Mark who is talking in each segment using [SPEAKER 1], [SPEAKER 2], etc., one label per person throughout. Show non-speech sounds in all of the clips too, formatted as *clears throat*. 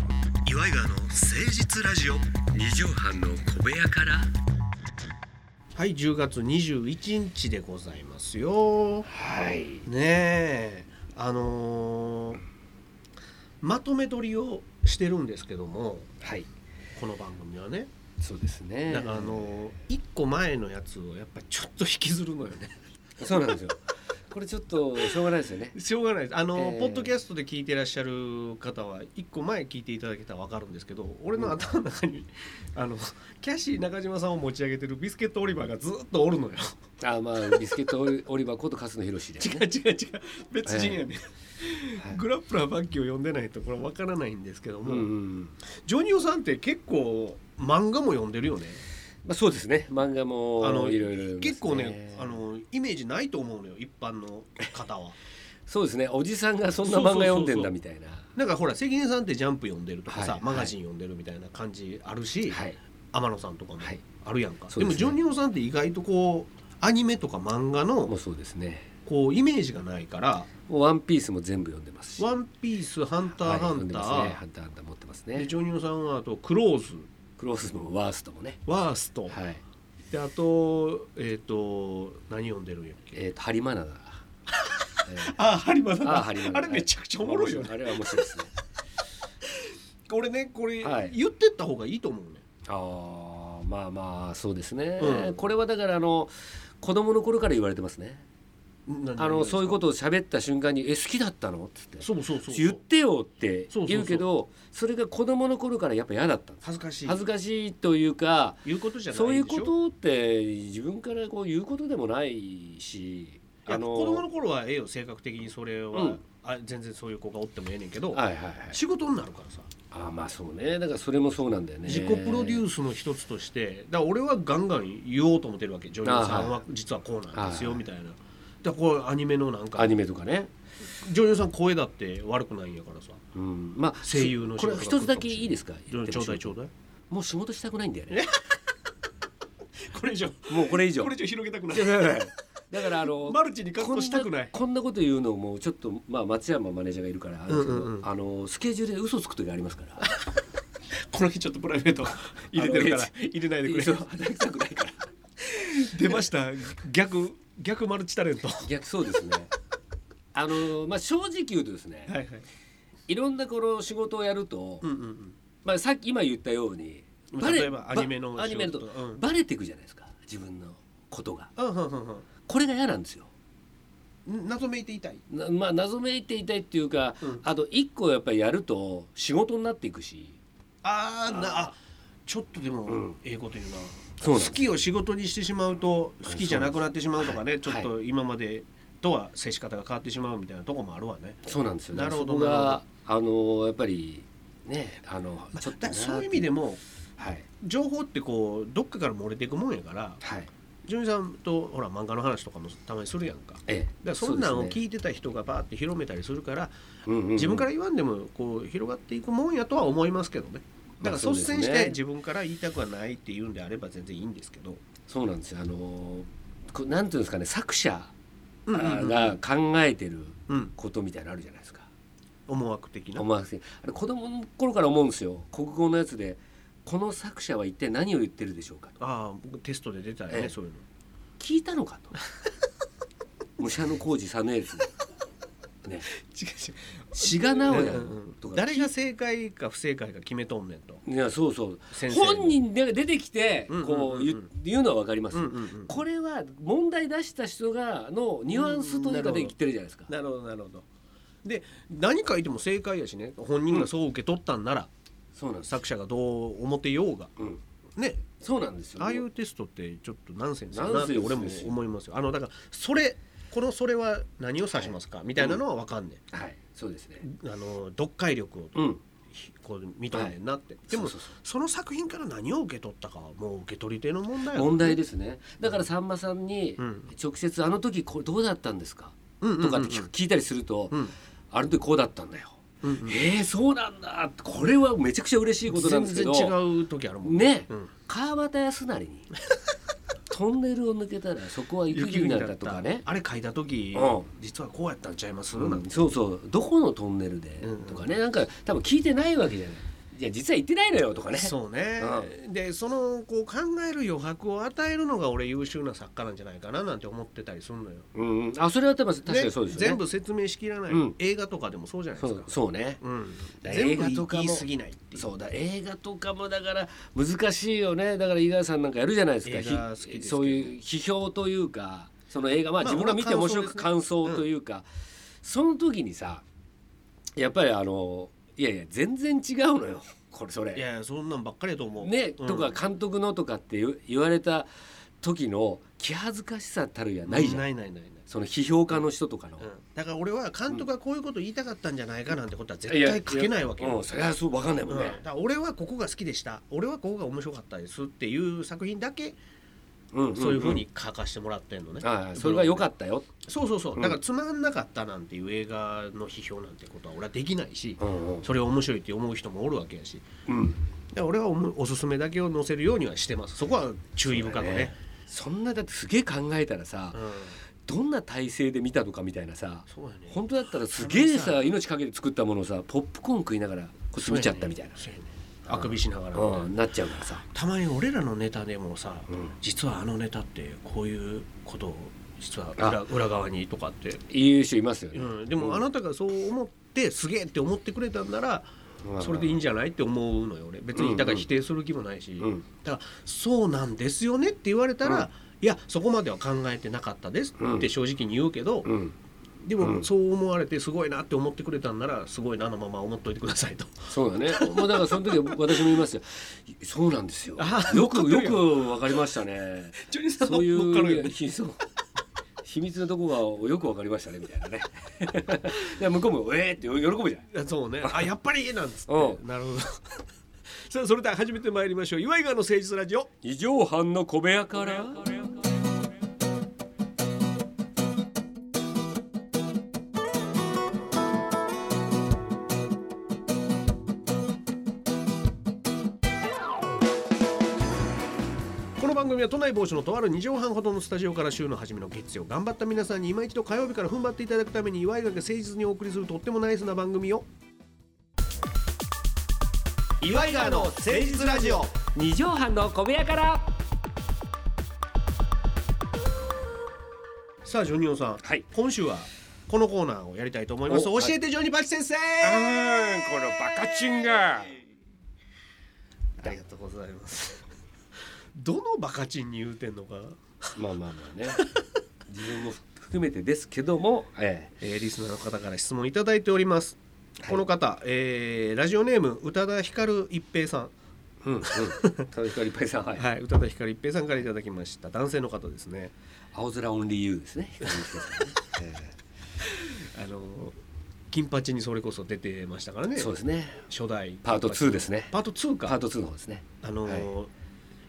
[SPEAKER 1] イガーの誠実ラジオ
[SPEAKER 2] 二畳半の小部屋から
[SPEAKER 3] はい10月21日でございますよ
[SPEAKER 2] はい
[SPEAKER 3] ねえあのーまとめ撮りをしてるんですけども
[SPEAKER 2] はい
[SPEAKER 3] この番組はね
[SPEAKER 2] そうですね
[SPEAKER 3] だからあの1個前のやつをやっぱちょっと引きずるのよね *laughs*
[SPEAKER 2] そうなんですよこれちょっとしょうがないですよね
[SPEAKER 3] しょうがないですあの、
[SPEAKER 2] ええ
[SPEAKER 3] ポッドキャストで聞いてらっしゃる方は1個前聞いていただけたら分かるんですけど俺の頭の中に、あのキャシー中島さんを持ち上げてるビスケットオリバーがずっとおるのよ
[SPEAKER 2] *laughs* あまあビスケットオリオリバーこと勝野博士で、
[SPEAKER 3] 違う違う違う別人やね、
[SPEAKER 2] はい
[SPEAKER 3] グラップラーバッキを読んでないとこれ分からないんですけど
[SPEAKER 2] う
[SPEAKER 3] も、
[SPEAKER 2] んうん
[SPEAKER 3] ジョニオさんって結構漫画も読んでるよね。
[SPEAKER 2] まあそうですね漫画も
[SPEAKER 3] あの
[SPEAKER 2] いろいろ読みます
[SPEAKER 3] 結構ね、あのイメージないと思うのよ、一般の方は。
[SPEAKER 2] そうですねおじさんがそんな漫画読んでんだみたいな
[SPEAKER 3] なんかほら、関根さんってジャンプ読んでるとかさ、
[SPEAKER 2] はい
[SPEAKER 3] マガジン読んでるみたいな感じあるし、
[SPEAKER 2] はい
[SPEAKER 3] 天野さんとかも
[SPEAKER 2] はい
[SPEAKER 3] あるやんか。
[SPEAKER 2] そう
[SPEAKER 3] で
[SPEAKER 2] です
[SPEAKER 3] も
[SPEAKER 2] ね
[SPEAKER 3] ジョニオさんって意外とこうアニメとか漫画
[SPEAKER 2] も
[SPEAKER 3] の
[SPEAKER 2] うそうですね
[SPEAKER 3] こうイメージがないから、
[SPEAKER 2] もうワンピースも全部読んでますし
[SPEAKER 3] ワンピース、ハンター、ハ
[SPEAKER 2] はい読ん
[SPEAKER 3] ン
[SPEAKER 2] で
[SPEAKER 3] タ
[SPEAKER 2] ますね
[SPEAKER 3] ー
[SPEAKER 2] ハ、ンターハンター持ってます
[SPEAKER 3] で
[SPEAKER 2] ね
[SPEAKER 3] ジョニオさんはあとクローズ、
[SPEAKER 2] クロースもワーストもね
[SPEAKER 3] ワースト、
[SPEAKER 2] はい
[SPEAKER 3] であとえっ、と何読んでるんやっけ？
[SPEAKER 2] えーとハリマナダえー
[SPEAKER 3] ああ、ハリマさんだ
[SPEAKER 2] あハリマナ
[SPEAKER 3] あれめちゃくちゃおもろいよね
[SPEAKER 2] あれは面白いですね
[SPEAKER 3] 俺ねこれ
[SPEAKER 2] はい
[SPEAKER 3] 言ってった方がいいと思うね、
[SPEAKER 2] ああまあまあそうですね、
[SPEAKER 3] うん
[SPEAKER 2] これはだからあの子供の頃から言われてますね
[SPEAKER 3] 何
[SPEAKER 2] あのそういうこととを喋った瞬間に「え好きだったの?」っつって
[SPEAKER 3] そうそうそう
[SPEAKER 2] 言ってよ」って
[SPEAKER 3] そうそうそう
[SPEAKER 2] 言うけどそれが子供の頃からやっぱ嫌だったんです
[SPEAKER 3] 恥ずかしい
[SPEAKER 2] 恥ずかしいというか
[SPEAKER 3] 言うことじゃないでしょ
[SPEAKER 2] そういうことって自分からこう言うことでもないし
[SPEAKER 3] いや子供の頃はええよ性格的にそれは、
[SPEAKER 2] うん
[SPEAKER 3] あ全然そういう子がおってもええねんけど、
[SPEAKER 2] はいはいはい
[SPEAKER 3] 仕事になるからさ、
[SPEAKER 2] あーまあそうねだからそれもそうなんだよね
[SPEAKER 3] 自己プロデュ
[SPEAKER 2] ス
[SPEAKER 3] ースの一つとしてだから俺はガンガン言おうと思ってるわけジョニオさん
[SPEAKER 2] あは
[SPEAKER 3] は実はこうなんですよ
[SPEAKER 2] はい
[SPEAKER 3] みたいなだからこれアニメのなんか
[SPEAKER 2] アニメとかね
[SPEAKER 3] ジョニオさん声だって悪くないんやからさ
[SPEAKER 2] うん、まあ
[SPEAKER 3] 声優の仕
[SPEAKER 2] こ
[SPEAKER 3] 事
[SPEAKER 2] れ
[SPEAKER 3] が来るか
[SPEAKER 2] 一
[SPEAKER 3] もしれない
[SPEAKER 2] つだけいいですか
[SPEAKER 3] ちょうだいちょ
[SPEAKER 2] ょ
[SPEAKER 3] うだい
[SPEAKER 2] もう仕事したくないんだよね
[SPEAKER 3] これ以上
[SPEAKER 2] もうこれ以上
[SPEAKER 3] これ以上広げたくない
[SPEAKER 2] やいやいや *laughs* だからあ
[SPEAKER 3] *laughs*
[SPEAKER 2] の
[SPEAKER 3] マルチに格好したくない
[SPEAKER 2] こんなこんなこと言うのもちょっとまあ松山マネージャーがいるからあれですけど、
[SPEAKER 3] うんうんうん
[SPEAKER 2] あのスケジュールで嘘つく時ありますから
[SPEAKER 3] この日ちょっとプライ *laughs* ベート *laughs* 入れてるか
[SPEAKER 2] あ
[SPEAKER 3] ら
[SPEAKER 2] の
[SPEAKER 3] 入れないでく
[SPEAKER 2] そう
[SPEAKER 3] れ
[SPEAKER 2] 働きたくない
[SPEAKER 3] *laughs*
[SPEAKER 2] から
[SPEAKER 3] 出ました逆逆マルチタレントは
[SPEAKER 2] 逆そうですねあのまあ正直言うとですね、
[SPEAKER 3] いはい
[SPEAKER 2] い、ろんなこの仕事をやると、
[SPEAKER 3] うんうん
[SPEAKER 2] まあさっき今言ったように
[SPEAKER 3] 例えばアニメの
[SPEAKER 2] ばアニメと
[SPEAKER 3] 仕事うん
[SPEAKER 2] バレていくじゃないですか自分のことが
[SPEAKER 3] うんうんうん
[SPEAKER 2] これが嫌なんですよ
[SPEAKER 3] うん謎めいていたい
[SPEAKER 2] なまあ謎めいていたいっていうか、
[SPEAKER 3] うん
[SPEAKER 2] あと一個やっぱりやると仕事になっていくし
[SPEAKER 3] あーなあちょっとで
[SPEAKER 2] う
[SPEAKER 3] も
[SPEAKER 2] ん
[SPEAKER 3] ええこと言うな
[SPEAKER 2] そうなんです
[SPEAKER 3] 好きを仕事にしてしまうと好きじゃなくなってしまうとかね
[SPEAKER 2] い
[SPEAKER 3] ちょっと今までとは接し方が変わってしまうみたいなとこもあるわね
[SPEAKER 2] そうなんですよね
[SPEAKER 3] なるほど
[SPEAKER 2] そこが
[SPEAKER 3] な
[SPEAKER 2] あのやっぱりねあの
[SPEAKER 3] まあ
[SPEAKER 2] ちょっと
[SPEAKER 3] だ
[SPEAKER 2] な
[SPEAKER 3] そういう意味でも
[SPEAKER 2] はい
[SPEAKER 3] 情報ってこうどっかから漏れていくもんやから
[SPEAKER 2] はい
[SPEAKER 3] ジョニーさんとほら漫画の話とかもたまにするやんか
[SPEAKER 2] え
[SPEAKER 3] だからそんなんを
[SPEAKER 2] い
[SPEAKER 3] 聞いてた人がバーって広めたりするから、
[SPEAKER 2] 自
[SPEAKER 3] 自分から言わんでもこう広がっていくもんやとは思いますけどねだから
[SPEAKER 2] まあそう
[SPEAKER 3] 率
[SPEAKER 2] ですね
[SPEAKER 3] 先して自分から言いたくはないっていうんであれば全然いいんですけど、
[SPEAKER 2] そうなんですよあのこなんていうんですかね作者
[SPEAKER 3] うんうんうん
[SPEAKER 2] が考えてる
[SPEAKER 3] うん、
[SPEAKER 2] ことみたいなのあるじゃないですか
[SPEAKER 3] 思惑的な
[SPEAKER 2] 思わせあれ子供の頃から思うんですよ国語のやつでこの作者は一体何を言ってるでしょうかと
[SPEAKER 3] ああ僕テストで出たよね、
[SPEAKER 2] ええ
[SPEAKER 3] そう
[SPEAKER 2] *laughs*
[SPEAKER 3] いうの
[SPEAKER 2] 聞いたのかと *laughs* 武者の工事サネーね志賀直哉とか
[SPEAKER 3] 誰が正解か不正解か決めとんねんと
[SPEAKER 2] いやそうそう
[SPEAKER 3] 先生の
[SPEAKER 2] 本人で出てきて
[SPEAKER 3] うんうんうんうん
[SPEAKER 2] こう言う言うのは分かります、
[SPEAKER 3] うんうんうん
[SPEAKER 2] これは問題出した人がのニュアンスというかで言ってるじゃないですか、
[SPEAKER 3] なるほどなるほどで何書いても正解やしね本人がそう受け取ったんなら、
[SPEAKER 2] そうなんですよ、
[SPEAKER 3] 作者がどう思ってようが
[SPEAKER 2] うん、
[SPEAKER 3] ね
[SPEAKER 2] そうなんですよ
[SPEAKER 3] ああいうテストってちょっとナンセンスだ
[SPEAKER 2] ナ
[SPEAKER 3] な
[SPEAKER 2] ン
[SPEAKER 3] っ
[SPEAKER 2] セン
[SPEAKER 3] て
[SPEAKER 2] スです
[SPEAKER 3] 俺
[SPEAKER 2] よ
[SPEAKER 3] も思いますよ。あのだからそれこのそれは何を指しますかみたいなのは分かんね
[SPEAKER 2] はいそうですね
[SPEAKER 3] ん、あの読解力を
[SPEAKER 2] うん
[SPEAKER 3] こう認めんなって、でも
[SPEAKER 2] そうそう
[SPEAKER 3] その作品から何を受け取ったかはもう受け取り手の問題
[SPEAKER 2] そう問題ですねだからさんまさんに
[SPEAKER 3] うん
[SPEAKER 2] 直接「あの時これどうだったんですか?」
[SPEAKER 3] と
[SPEAKER 2] とかって聞く聞いたりすると
[SPEAKER 3] うん
[SPEAKER 2] 「あの時こうだったんだよ」
[SPEAKER 3] うんうん
[SPEAKER 2] えー、そうなんだこれはめちゃくちゃ嬉しいことなん
[SPEAKER 3] 全
[SPEAKER 2] ですけど
[SPEAKER 3] 然違う時あるもん
[SPEAKER 2] ね、
[SPEAKER 3] うん
[SPEAKER 2] 川端康成にトンネルを抜けたらそこは雪国なんだとかね、
[SPEAKER 3] あれ書いた時、
[SPEAKER 2] うん
[SPEAKER 3] 実はこうやったんちゃいます、
[SPEAKER 2] う
[SPEAKER 3] なんんて
[SPEAKER 2] そうそうどこのトンネルで
[SPEAKER 3] うんうん
[SPEAKER 2] とかねなんか多分聞いてないわけじゃないいや実は言ってないのよとかね
[SPEAKER 3] そうね、でそのこう考える余白を与えるのが俺優秀な作家なんじゃないかななんて思ってたりするのよ。
[SPEAKER 2] うん、あそれは多分確かにそうですよね
[SPEAKER 3] 全部説明しきらない、
[SPEAKER 2] うん
[SPEAKER 3] 映画とかでもそうじゃないで
[SPEAKER 2] そ
[SPEAKER 3] す
[SPEAKER 2] う
[SPEAKER 3] か。
[SPEAKER 2] そうね
[SPEAKER 3] うん、
[SPEAKER 2] だ
[SPEAKER 3] 全部
[SPEAKER 2] 映画とかも
[SPEAKER 3] 言い過ぎないっていう
[SPEAKER 2] そうだ映画とかもだから難しいよねだから井川さんなんかやるじゃないですか
[SPEAKER 3] 映画好きですけど
[SPEAKER 2] ひそういう批評というかその映画まあ
[SPEAKER 3] まあ
[SPEAKER 2] 自分が見て面白く
[SPEAKER 3] 感
[SPEAKER 2] 感
[SPEAKER 3] 想
[SPEAKER 2] 想
[SPEAKER 3] ですね
[SPEAKER 2] というか、その時にさやっぱりあのいやいや全然違うのよこれそれ。
[SPEAKER 3] いやいやそんなんばっかりやと思う。
[SPEAKER 2] ね、
[SPEAKER 3] うん
[SPEAKER 2] とか監督のとかって言う言われた時の気恥ずかしさたるやないじゃん、
[SPEAKER 3] ないないないない
[SPEAKER 2] その批評家の人とかの。
[SPEAKER 3] うん、だから俺は監督がこういうこと言いたかったんじゃないかなんてことは絶対書けないわけよ
[SPEAKER 2] うん、それはそうわかんないも
[SPEAKER 3] うんん、だ
[SPEAKER 2] ね
[SPEAKER 3] か。ら俺はここが好きでした俺はここが面白かったですっていう作品だけ
[SPEAKER 2] うん
[SPEAKER 3] そういうふうに書かしてもらってんのね、
[SPEAKER 2] ああそれが良かったよ、
[SPEAKER 3] そうそうそう、
[SPEAKER 2] うん
[SPEAKER 3] だからつまんなかったなんていう映画の批評なんてことは俺はできないし
[SPEAKER 2] うんうん
[SPEAKER 3] それを面白いって思う人もおるわけやし
[SPEAKER 2] うん、
[SPEAKER 3] だから俺はおもおすすめだけを載せるようにはしてますそこは注意深くね
[SPEAKER 2] そんなだってすげえ考えたらさ、
[SPEAKER 3] うん、
[SPEAKER 2] どんな体勢で見たとかみたいなさ
[SPEAKER 3] そうやね
[SPEAKER 2] 本当だったらすげえ
[SPEAKER 3] それ
[SPEAKER 2] さ命かけて作ったものをさポップコーン食いながらこう見ちゃったみたいな、
[SPEAKER 3] そうやねあくびしながら、
[SPEAKER 2] うん、なっちゃうからさ、
[SPEAKER 3] たまに俺らのネタでもさ、
[SPEAKER 2] うん
[SPEAKER 3] 実はあのネタってこういうことを実は裏裏側にとかって、
[SPEAKER 2] いう人いますよね、
[SPEAKER 3] うん、でも
[SPEAKER 2] うん
[SPEAKER 3] あなたがそう思ってすげえって思ってくれたんなら
[SPEAKER 2] うん
[SPEAKER 3] それでいいんじゃないって思うのよ俺別にだから否定する気もないし、
[SPEAKER 2] うん
[SPEAKER 3] だからそうなんですよねって言われたら、
[SPEAKER 2] うん
[SPEAKER 3] いやそこまでは考えてなかったですって正直に言うけど、
[SPEAKER 2] うん、
[SPEAKER 3] で
[SPEAKER 2] う
[SPEAKER 3] も
[SPEAKER 2] ん
[SPEAKER 3] そう思われてすごいなって思ってくれたんならすごいなのまま思っといてくださ *laughs* いと。
[SPEAKER 2] そうだね。もうだからその時は私も言いますよ。いそうなんですよ
[SPEAKER 3] あ。
[SPEAKER 2] よくよくわかりました
[SPEAKER 3] *laughs*
[SPEAKER 2] ね。
[SPEAKER 3] ジョニーさん
[SPEAKER 2] そうい
[SPEAKER 3] 乗っかるよ
[SPEAKER 2] う
[SPEAKER 3] ね
[SPEAKER 2] ひそう秘密のとこがよくわかりましたねみた
[SPEAKER 3] *laughs*
[SPEAKER 2] いなね。で向こうもええって喜ぶじゃん。
[SPEAKER 3] いやそう *laughs* ね。あ、やっぱりなんつって。
[SPEAKER 2] う
[SPEAKER 3] なるほど。 *laughs* さあ、それでは始めてまいりましょう。岩井川の誠実ラジオ。
[SPEAKER 2] 異常犯の小部屋から。
[SPEAKER 3] この番組は都内某所のとある2畳半ほどのスタジオから週の初めの月曜頑張った皆さんに今一度火曜日から踏ん張っていただくために岩井川が誠実にお送りするとってもナイスな番組を岩井川の誠実ラジオ
[SPEAKER 2] 二畳半の小部屋から。
[SPEAKER 3] さあジョニオさん、
[SPEAKER 2] はい
[SPEAKER 3] 今週はこのコーナーをやりたいと思います教
[SPEAKER 2] お
[SPEAKER 3] えてジョニパチ先生
[SPEAKER 2] うーんこのバカチンが。
[SPEAKER 3] ありがとうございます。どのバカチンに言うてんのか。
[SPEAKER 2] まあまあまあね。 *laughs* 自分も含めてですけども、え
[SPEAKER 3] えー、リスナーの方から質問いただいております。この方、えーラジオネーム宇多田ヒカル一平さん、
[SPEAKER 2] え、うんうん。田中いっぱいさんはい。
[SPEAKER 3] はい、宇多田ヒカル一平さんからいただきました。男性の方ですね。
[SPEAKER 2] 青空オンリーユーですね。
[SPEAKER 3] あのー金八にそれこそ出てましたからね。
[SPEAKER 2] そうですね。
[SPEAKER 3] 初代
[SPEAKER 2] パート2ですね
[SPEAKER 3] パート2
[SPEAKER 2] パ
[SPEAKER 3] か。
[SPEAKER 2] ート2の方ですね。
[SPEAKER 3] あのー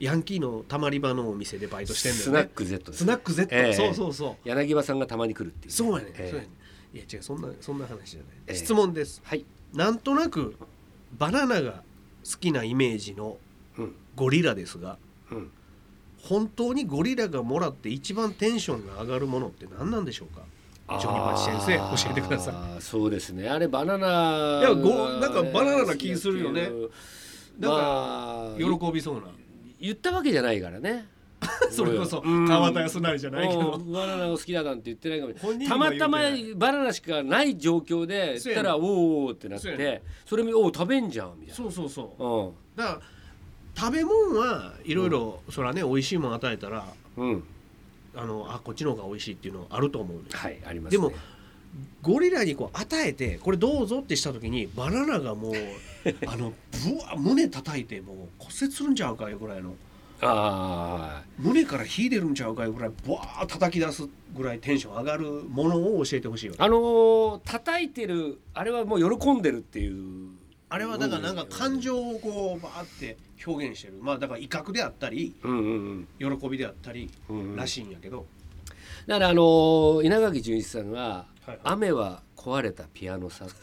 [SPEAKER 3] ヤンキーのたまり場のお店でバイトしてんだよね。
[SPEAKER 2] スナック Z です
[SPEAKER 3] スナック Z、
[SPEAKER 2] ええ
[SPEAKER 3] そうそうそう。
[SPEAKER 2] 柳葉さんがたまに来るっていう。
[SPEAKER 3] そうやね。
[SPEAKER 2] ええ
[SPEAKER 3] そうやね。いや違うそんなそんな話じゃない。
[SPEAKER 2] ええ
[SPEAKER 3] 質問です。
[SPEAKER 2] はい。
[SPEAKER 3] なんとなくバナナが好きなイメージの
[SPEAKER 2] うん
[SPEAKER 3] ゴリラですが
[SPEAKER 2] うん。
[SPEAKER 3] 本当にゴリラがもらって一番テンションが上がるものって何なんでしょうかジョニーパチ先生教えてください
[SPEAKER 2] い。そうですね。あれバナナ。
[SPEAKER 3] いやごなんかバナナな気するよね
[SPEAKER 2] ま
[SPEAKER 3] なんか
[SPEAKER 2] あ
[SPEAKER 3] 喜びそうな
[SPEAKER 2] 言ったわけじゃないからね。
[SPEAKER 3] *laughs* それこそ
[SPEAKER 2] うん
[SPEAKER 3] 川田康成じゃないけ
[SPEAKER 2] う
[SPEAKER 3] ど
[SPEAKER 2] んバナナを好きだなんて言ってないかもしれない
[SPEAKER 3] 本人に
[SPEAKER 2] た
[SPEAKER 3] も言
[SPEAKER 2] ま
[SPEAKER 3] うて
[SPEAKER 2] たま
[SPEAKER 3] ない
[SPEAKER 2] バナナしかない状況で
[SPEAKER 3] そうやね
[SPEAKER 2] 言ったら「おーおーってなっ
[SPEAKER 3] そうやね
[SPEAKER 2] てそれ見おー食べんじゃん」みたいな。
[SPEAKER 3] そうそうそう
[SPEAKER 2] うん
[SPEAKER 3] だから食べ物はいろいろそらね美味しいもん与えたら
[SPEAKER 2] うん、
[SPEAKER 3] あのあこっちの方が美味しいっていうのあると思うね
[SPEAKER 2] はいあります、
[SPEAKER 3] で
[SPEAKER 2] ね、
[SPEAKER 3] もゴリラにこう与えてこれどうぞってした時にバナナがも *laughs* うあのぶわ胸叩いてもう骨折するんちゃうかいうぐらいの
[SPEAKER 2] あ
[SPEAKER 3] 胸から火出るんちゃうかいうぐらいぶわー叩き出すぐらいテンション上がるものを教えてほしいよ
[SPEAKER 2] ああのー、叩いてるあれはもう喜んでるっていう
[SPEAKER 3] あれはだからなんか感情をこうバーって表現してるまあだから威嚇であったり
[SPEAKER 2] うんうん
[SPEAKER 3] 喜びであったり
[SPEAKER 2] うんうん
[SPEAKER 3] らしいんやけど、
[SPEAKER 2] だからあのー稲垣潤一さんが
[SPEAKER 3] はいはい
[SPEAKER 2] 「雨は壊れたピアノさ」って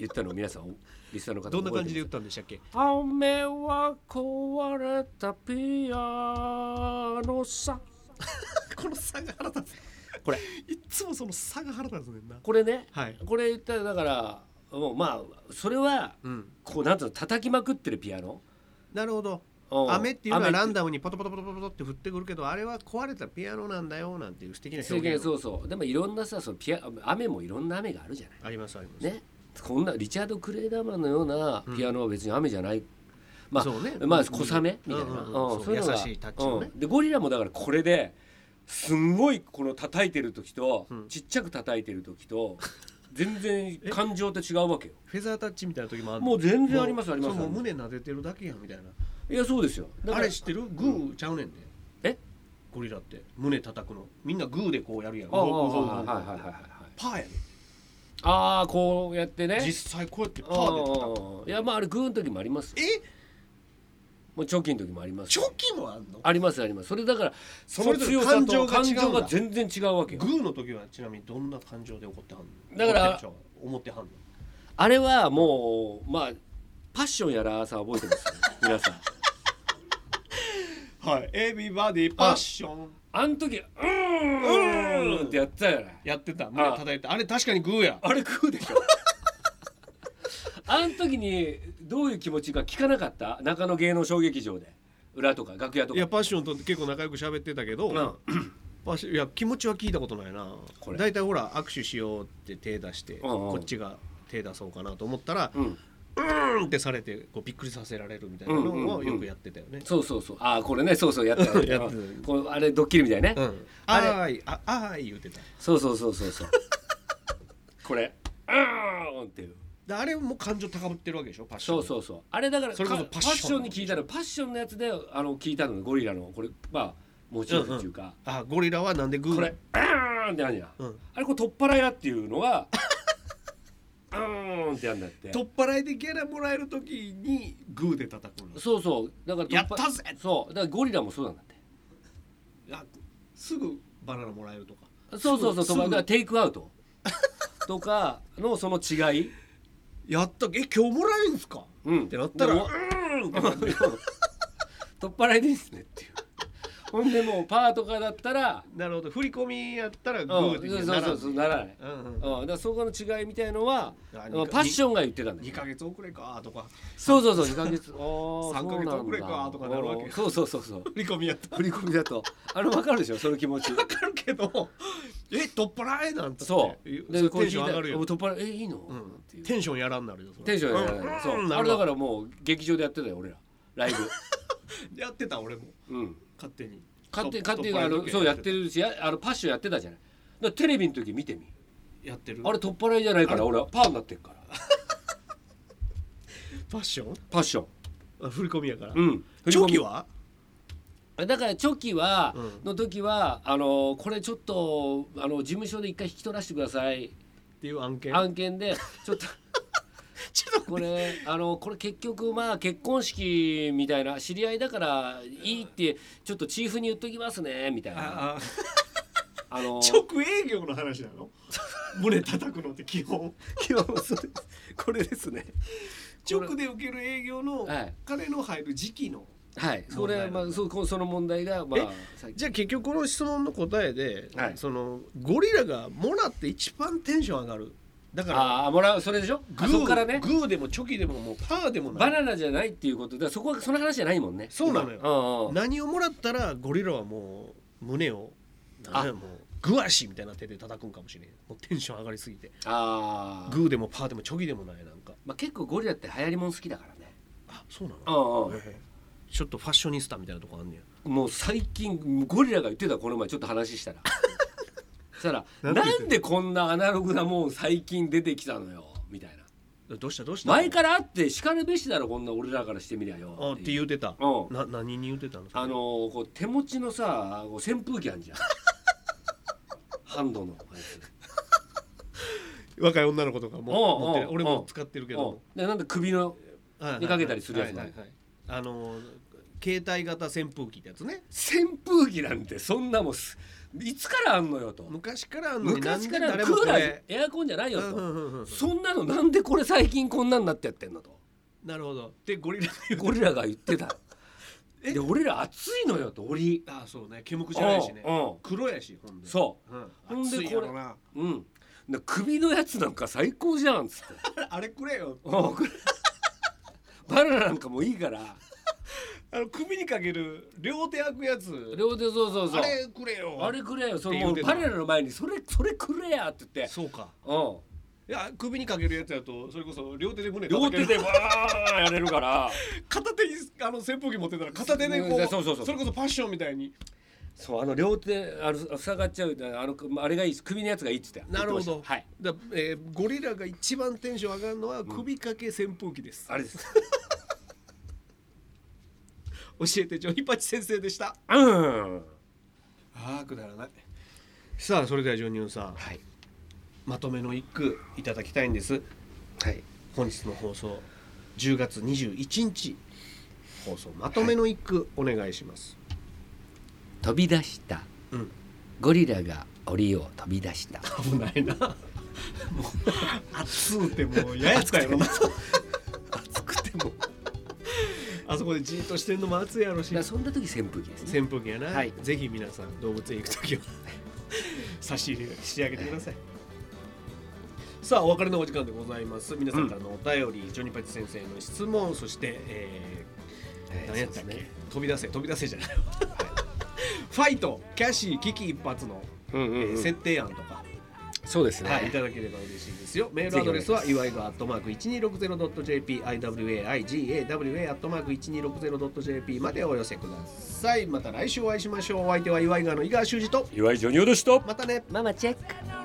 [SPEAKER 2] 言ったのを皆さんリスナーの方
[SPEAKER 3] どんな感じで言っ
[SPEAKER 2] った
[SPEAKER 3] んでしたっけ
[SPEAKER 2] た雨は壊れたピアノさ
[SPEAKER 3] この差が腹立つ
[SPEAKER 2] これ
[SPEAKER 3] いつもその差が腹立つねんな
[SPEAKER 2] これね
[SPEAKER 3] はい
[SPEAKER 2] これ言ったらだからもうまあそれは
[SPEAKER 3] うん、
[SPEAKER 2] こうなんつうの叩きまくってるピアノ
[SPEAKER 3] なるほど
[SPEAKER 2] うん
[SPEAKER 3] 雨っていうのはラン
[SPEAKER 2] 雨っ
[SPEAKER 3] ダムにポトポトポトポトって降ってくるけどあれは壊れたピアノなんだよなんていう素敵な
[SPEAKER 2] ていう
[SPEAKER 3] 表現
[SPEAKER 2] そうそうでもいろんなさそのピア雨もいろんな雨があるじゃない
[SPEAKER 3] ありますあります、
[SPEAKER 2] ねこんなリチャード・クレーダーマンのようなピアノは別に雨じゃない、まあ
[SPEAKER 3] そうね
[SPEAKER 2] まあ小雨みたいな、
[SPEAKER 3] うんうんうん
[SPEAKER 2] ん
[SPEAKER 3] そう
[SPEAKER 2] いのが
[SPEAKER 3] 優しいタッチのね
[SPEAKER 2] うんでゴリラもだからこれですんごいこの叩いてる時と、
[SPEAKER 3] うん
[SPEAKER 2] ちっちゃく叩いてる時と全然感情って違うわけよ
[SPEAKER 3] フェザータッチみたいな時もある
[SPEAKER 2] もう全然ありますあります
[SPEAKER 3] そうもう胸撫でてるだけやんみたいない
[SPEAKER 2] やそうですよだ
[SPEAKER 3] あ
[SPEAKER 2] から
[SPEAKER 3] れ知ってるグーちゃうねんで
[SPEAKER 2] え
[SPEAKER 3] ゴリラって胸叩くのみんなグーでこうやるやん
[SPEAKER 2] ああああ
[SPEAKER 3] ゴーゴーゴ
[SPEAKER 2] は
[SPEAKER 3] ー
[SPEAKER 2] い
[SPEAKER 3] ゴー
[SPEAKER 2] はいはいはいはい
[SPEAKER 3] パーやね
[SPEAKER 2] ああこうやってね
[SPEAKER 3] ん実際こうやってパ
[SPEAKER 2] ああ
[SPEAKER 3] ーで叩く
[SPEAKER 2] いやまああれグーの時もありますよ
[SPEAKER 3] え
[SPEAKER 2] もうチョキの時もあります
[SPEAKER 3] チ
[SPEAKER 2] よ
[SPEAKER 3] ョキもあんの
[SPEAKER 2] ありますありますそれだからそ
[SPEAKER 3] そ
[SPEAKER 2] の
[SPEAKER 3] れぞれ
[SPEAKER 2] 強さ
[SPEAKER 3] 感情が違うん
[SPEAKER 2] と
[SPEAKER 3] だ
[SPEAKER 2] 感情が全然違うわけよ
[SPEAKER 3] グーの時はちなみにどんな感情で怒ってはんの
[SPEAKER 2] だから
[SPEAKER 3] 思ってはんの
[SPEAKER 2] あれはもうまあパッションやらさ覚えてますよ皆さん
[SPEAKER 3] はい、エビバディパッション
[SPEAKER 2] あの時「うーん」ってやってたじゃない
[SPEAKER 3] やってた胸叩いてあれ確かにグーや
[SPEAKER 2] あれ食うでしょあの時にどういう気持ちか聞かなかった中野芸能小劇場で裏とか楽屋と
[SPEAKER 3] いや
[SPEAKER 2] か
[SPEAKER 3] パッションと結構仲良く喋ってたけど、 *clears throat* パッションいや気持ちは聞いたことないな
[SPEAKER 2] これ
[SPEAKER 3] 大体ほら握手しようって手出して、
[SPEAKER 2] んうん
[SPEAKER 3] こっちが手出そうかなと思ったら、
[SPEAKER 2] うん、うん、
[SPEAKER 3] うんってされてこうびっくりさせられるみたいなのをよくやってたよね、
[SPEAKER 2] そうそうそうああこれねそう *laughs* そうやった
[SPEAKER 3] やってた
[SPEAKER 2] うんこうあれドッキリみたいね、
[SPEAKER 3] うんあれあーいああーい言ってた
[SPEAKER 2] そうそうそうそうそうこれ「うーん」っていう
[SPEAKER 3] であれも感情高ぶってるわけでしょパッション
[SPEAKER 2] そうそうそうあれだから
[SPEAKER 3] それこそ
[SPEAKER 2] か
[SPEAKER 3] パ
[SPEAKER 2] パ
[SPEAKER 3] ッ
[SPEAKER 2] ッ
[SPEAKER 3] ション
[SPEAKER 2] ションに聞いたのパッションのやつであの聞いたのゴリラのこれまあモチーフっていうか、
[SPEAKER 3] あゴリラはなんでグー
[SPEAKER 2] これ「うーん」ってあるじゃん、
[SPEAKER 3] うん
[SPEAKER 2] あれこれ取っ払いだっていうの
[SPEAKER 3] *laughs*
[SPEAKER 2] が「うーん」ってやんだって
[SPEAKER 3] 取っ払いでギャラもらえる時にグーで叩くの
[SPEAKER 2] そうそうだから取
[SPEAKER 3] やっ
[SPEAKER 2] 払
[SPEAKER 3] たぜ
[SPEAKER 2] そうだからゴリラもそうなんだって
[SPEAKER 3] あすぐバナナもらえるとか
[SPEAKER 2] そうそうそう
[SPEAKER 3] す
[SPEAKER 2] そ
[SPEAKER 3] ぐ
[SPEAKER 2] うだからテイクアウトとかのその違い
[SPEAKER 3] やったえ今日もらえるんすか、
[SPEAKER 2] うん
[SPEAKER 3] ってなったら
[SPEAKER 2] でも
[SPEAKER 3] ーんってなって
[SPEAKER 2] 取っ払いですねっていうほんでもうパーとかだったら
[SPEAKER 3] なるほど振り込みやったら
[SPEAKER 2] う
[SPEAKER 3] グーって
[SPEAKER 2] ん
[SPEAKER 3] な
[SPEAKER 2] そう
[SPEAKER 3] ら
[SPEAKER 2] そ
[SPEAKER 3] ん
[SPEAKER 2] うそうならない、
[SPEAKER 3] うんう
[SPEAKER 2] うん
[SPEAKER 3] ん
[SPEAKER 2] だからそこの違いみたいのは
[SPEAKER 3] あ
[SPEAKER 2] あ
[SPEAKER 3] に
[SPEAKER 2] のパッションが言ってたんだ
[SPEAKER 3] 2
[SPEAKER 2] よ
[SPEAKER 3] ヶ月遅れかとか
[SPEAKER 2] そうそうそう2ヶ *laughs* 月おー
[SPEAKER 3] 三ヶ月
[SPEAKER 2] そうなんだ
[SPEAKER 3] 遅れかとかなるわけ
[SPEAKER 2] おーそうそうそうそう
[SPEAKER 3] 振り込みやった
[SPEAKER 2] *laughs* 振り込みだとあの分かるでしょ *laughs* その気持ち
[SPEAKER 3] わかるけどえ取っ払えなんて
[SPEAKER 2] そう
[SPEAKER 3] でテンション上がる
[SPEAKER 2] お
[SPEAKER 3] よ
[SPEAKER 2] 取っ払いえいいの、
[SPEAKER 3] ん
[SPEAKER 2] っていう
[SPEAKER 3] テンションやらんなるよそれ
[SPEAKER 2] テンション上がら
[SPEAKER 3] う
[SPEAKER 2] なんいそう
[SPEAKER 3] な
[SPEAKER 2] あ
[SPEAKER 3] る
[SPEAKER 2] れだ
[SPEAKER 3] ほ
[SPEAKER 2] からもう劇場でやってたよ俺らライ *laughs*
[SPEAKER 3] どやってた俺も
[SPEAKER 2] ブうん
[SPEAKER 3] 勝手に
[SPEAKER 2] 勝
[SPEAKER 3] 取
[SPEAKER 2] 手勝手にあの
[SPEAKER 3] 取払い時計
[SPEAKER 2] そうやってるしやあのパッションやってたじゃないだからテレビの時見てみ
[SPEAKER 3] やってる
[SPEAKER 2] あれ取っ払いじゃないから俺はパーになってるから
[SPEAKER 3] パッション
[SPEAKER 2] パッション
[SPEAKER 3] あ振り込みやから
[SPEAKER 2] うん
[SPEAKER 3] チョキは
[SPEAKER 2] だからチョキは、
[SPEAKER 3] うん
[SPEAKER 2] の時はあのこれちょっとあの事務所で一回引き取らせてください
[SPEAKER 3] っていう案件
[SPEAKER 2] 案件でちょっと
[SPEAKER 3] ちょっと
[SPEAKER 2] これあの *laughs* これ結局まあ結婚式みたいな知り合いだからいいってちょっとチーフに言っときますねみたいな
[SPEAKER 3] ああ
[SPEAKER 2] あの
[SPEAKER 3] 直営業の話な *laughs* の胸叩くのって基本
[SPEAKER 2] キはそうですこれですね
[SPEAKER 3] 直で受ける営業の
[SPEAKER 2] はい
[SPEAKER 3] 金の入る時期の、
[SPEAKER 2] はいそれはまあそうこその問題がまあ
[SPEAKER 3] え
[SPEAKER 2] さっき
[SPEAKER 3] じゃあ結局この質問の答えで、
[SPEAKER 2] はい
[SPEAKER 3] そのゴリラがもらって一番テンション上がるだから
[SPEAKER 2] ああもらうそれでしょ
[SPEAKER 3] グ
[SPEAKER 2] あ
[SPEAKER 3] ー
[SPEAKER 2] そこからね
[SPEAKER 3] グーでもチョキでももうパーでもな
[SPEAKER 2] バ
[SPEAKER 3] い
[SPEAKER 2] ナナじゃないっていうことでそこはその話じゃないもんね
[SPEAKER 3] そうなのよ
[SPEAKER 2] ようんうん
[SPEAKER 3] 何をもらったらゴリラはもう胸を
[SPEAKER 2] あ
[SPEAKER 3] なんやもうグアシみたいな手で叩くんかもしれんもうテンション上がりすぎて
[SPEAKER 2] ああ
[SPEAKER 3] グーでもパーでもチョキでもないなんか
[SPEAKER 2] まあ、結構ゴリラって流行りもん好きだからね
[SPEAKER 3] あそうなの
[SPEAKER 2] うんうん
[SPEAKER 3] ちょっとファッショニスタみたいなとこあんねや
[SPEAKER 2] もう最近ゴリラが言ってたこの前ちょっと
[SPEAKER 3] *laughs*
[SPEAKER 2] 話したらそしたら「
[SPEAKER 3] なんて言ってんの
[SPEAKER 2] なんでこんなアナログなもん最近出てきたのよ」みたいな
[SPEAKER 3] どうしたどう
[SPEAKER 2] 「
[SPEAKER 3] した
[SPEAKER 2] 前からあってしかるべしだろこんな俺らからしてみりゃよ」
[SPEAKER 3] あって言うてた、
[SPEAKER 2] うん
[SPEAKER 3] な何に言うてたの
[SPEAKER 2] あのーこう手持ちのさこう扇風機あ
[SPEAKER 3] *laughs*
[SPEAKER 2] んじゃんハンドのやつ
[SPEAKER 3] 若い女の子とか
[SPEAKER 2] お
[SPEAKER 3] も
[SPEAKER 2] う
[SPEAKER 3] 持ってる
[SPEAKER 2] おう
[SPEAKER 3] 俺も
[SPEAKER 2] おう
[SPEAKER 3] 使ってるけ
[SPEAKER 2] うん
[SPEAKER 3] ど
[SPEAKER 2] でなんで首の
[SPEAKER 3] はい
[SPEAKER 2] にかけたりするやつ
[SPEAKER 3] はいはいはいあのー携帯型扇風機ってやつね
[SPEAKER 2] 扇風機なんてそんなもんすいつからあんのよと
[SPEAKER 3] 昔からあんのになん
[SPEAKER 2] 昔
[SPEAKER 3] で
[SPEAKER 2] からク
[SPEAKER 3] 誰もこ
[SPEAKER 2] ーラー
[SPEAKER 3] れ
[SPEAKER 2] エアコンじゃないよと。
[SPEAKER 3] うんうんうんうん
[SPEAKER 2] そんなのなんでこれ最近こんなんなってやってんのと
[SPEAKER 3] なるほどでゴリラが言う
[SPEAKER 2] ゴリラが言ってた
[SPEAKER 3] え
[SPEAKER 2] で俺ら暑いのよと折
[SPEAKER 3] ああそうね煙じゃないしね
[SPEAKER 2] うんうん
[SPEAKER 3] 黒やしほんで、
[SPEAKER 2] そう
[SPEAKER 3] ん、
[SPEAKER 2] ほんで
[SPEAKER 3] 暑いやろな
[SPEAKER 2] うんな首のやつなんか最高じゃんっつって
[SPEAKER 3] *laughs* あれくれよ
[SPEAKER 2] おうこれバナナなんかもういいから
[SPEAKER 3] あの首にかける両手開くやつ
[SPEAKER 2] 両手そうそうそ
[SPEAKER 3] あ
[SPEAKER 2] う
[SPEAKER 3] れくれよ
[SPEAKER 2] あれくれよそ
[SPEAKER 3] って
[SPEAKER 2] の
[SPEAKER 3] 言
[SPEAKER 2] も
[SPEAKER 3] う
[SPEAKER 2] う
[SPEAKER 3] てた
[SPEAKER 2] バナナの前にそれそれくれやって言って
[SPEAKER 3] そうか
[SPEAKER 2] うん
[SPEAKER 3] いや首にかけるやつやとそれこそ両手で胸
[SPEAKER 2] 両
[SPEAKER 3] 叩け
[SPEAKER 2] 手
[SPEAKER 3] る
[SPEAKER 2] でわーやれるから
[SPEAKER 3] 片手にあの扇風機持ってたら片手でこう
[SPEAKER 2] そうそうそう
[SPEAKER 3] れこそパッションみたいに
[SPEAKER 2] *laughs* そうあの両手あの塞がっちゃうみたいなあのあれがいいです首のやつがいいっつって
[SPEAKER 3] なるほ
[SPEAKER 2] 言っ
[SPEAKER 3] ど
[SPEAKER 2] てましたはい
[SPEAKER 3] だ、えーゴリラが一番テンション上がるのは首掛け扇風機です、
[SPEAKER 2] あれです
[SPEAKER 3] 教えてジョニパチ先生でした
[SPEAKER 2] うん
[SPEAKER 3] ああくだらないさあそれではジョニオさん
[SPEAKER 2] はい
[SPEAKER 3] まとめの一句いただきたいんです
[SPEAKER 2] はい
[SPEAKER 3] 本日の放送10月21日放送まとめの一句お願いします、
[SPEAKER 2] 飛び出した
[SPEAKER 3] うん
[SPEAKER 2] ゴリラが檻を飛び出 *laughs* した
[SPEAKER 3] 危ないなもう暑うてもうややつかよな
[SPEAKER 2] 暑くても
[SPEAKER 3] あそこでじーっとしてんのも暑いやろし
[SPEAKER 2] そんな時扇風機ですね
[SPEAKER 3] 扇風機やな、
[SPEAKER 2] はい
[SPEAKER 3] ぜひ皆さん動物園行く時は差し入れしてあげてください、さあお別れのお時間でございます皆さんからのお便り、ジョニパチ先生の質問そして、えー何やったっけ、飛び出せ飛び出せじゃないファイトキャシー危機一髪の、
[SPEAKER 2] うんう
[SPEAKER 3] え
[SPEAKER 2] ん
[SPEAKER 3] ー設定案とか、
[SPEAKER 2] そうですね
[SPEAKER 3] はい、いただければ嬉しいですよ。メールアドレスは、いわいがアットマーク 1260.jp、iwaigawa アットマーク 1260.jp までお寄せください。また来週お会いしましょう。お相手は、いわいがの井川修司と、
[SPEAKER 2] 岩井ジョニオでした
[SPEAKER 3] またね
[SPEAKER 4] ママチェック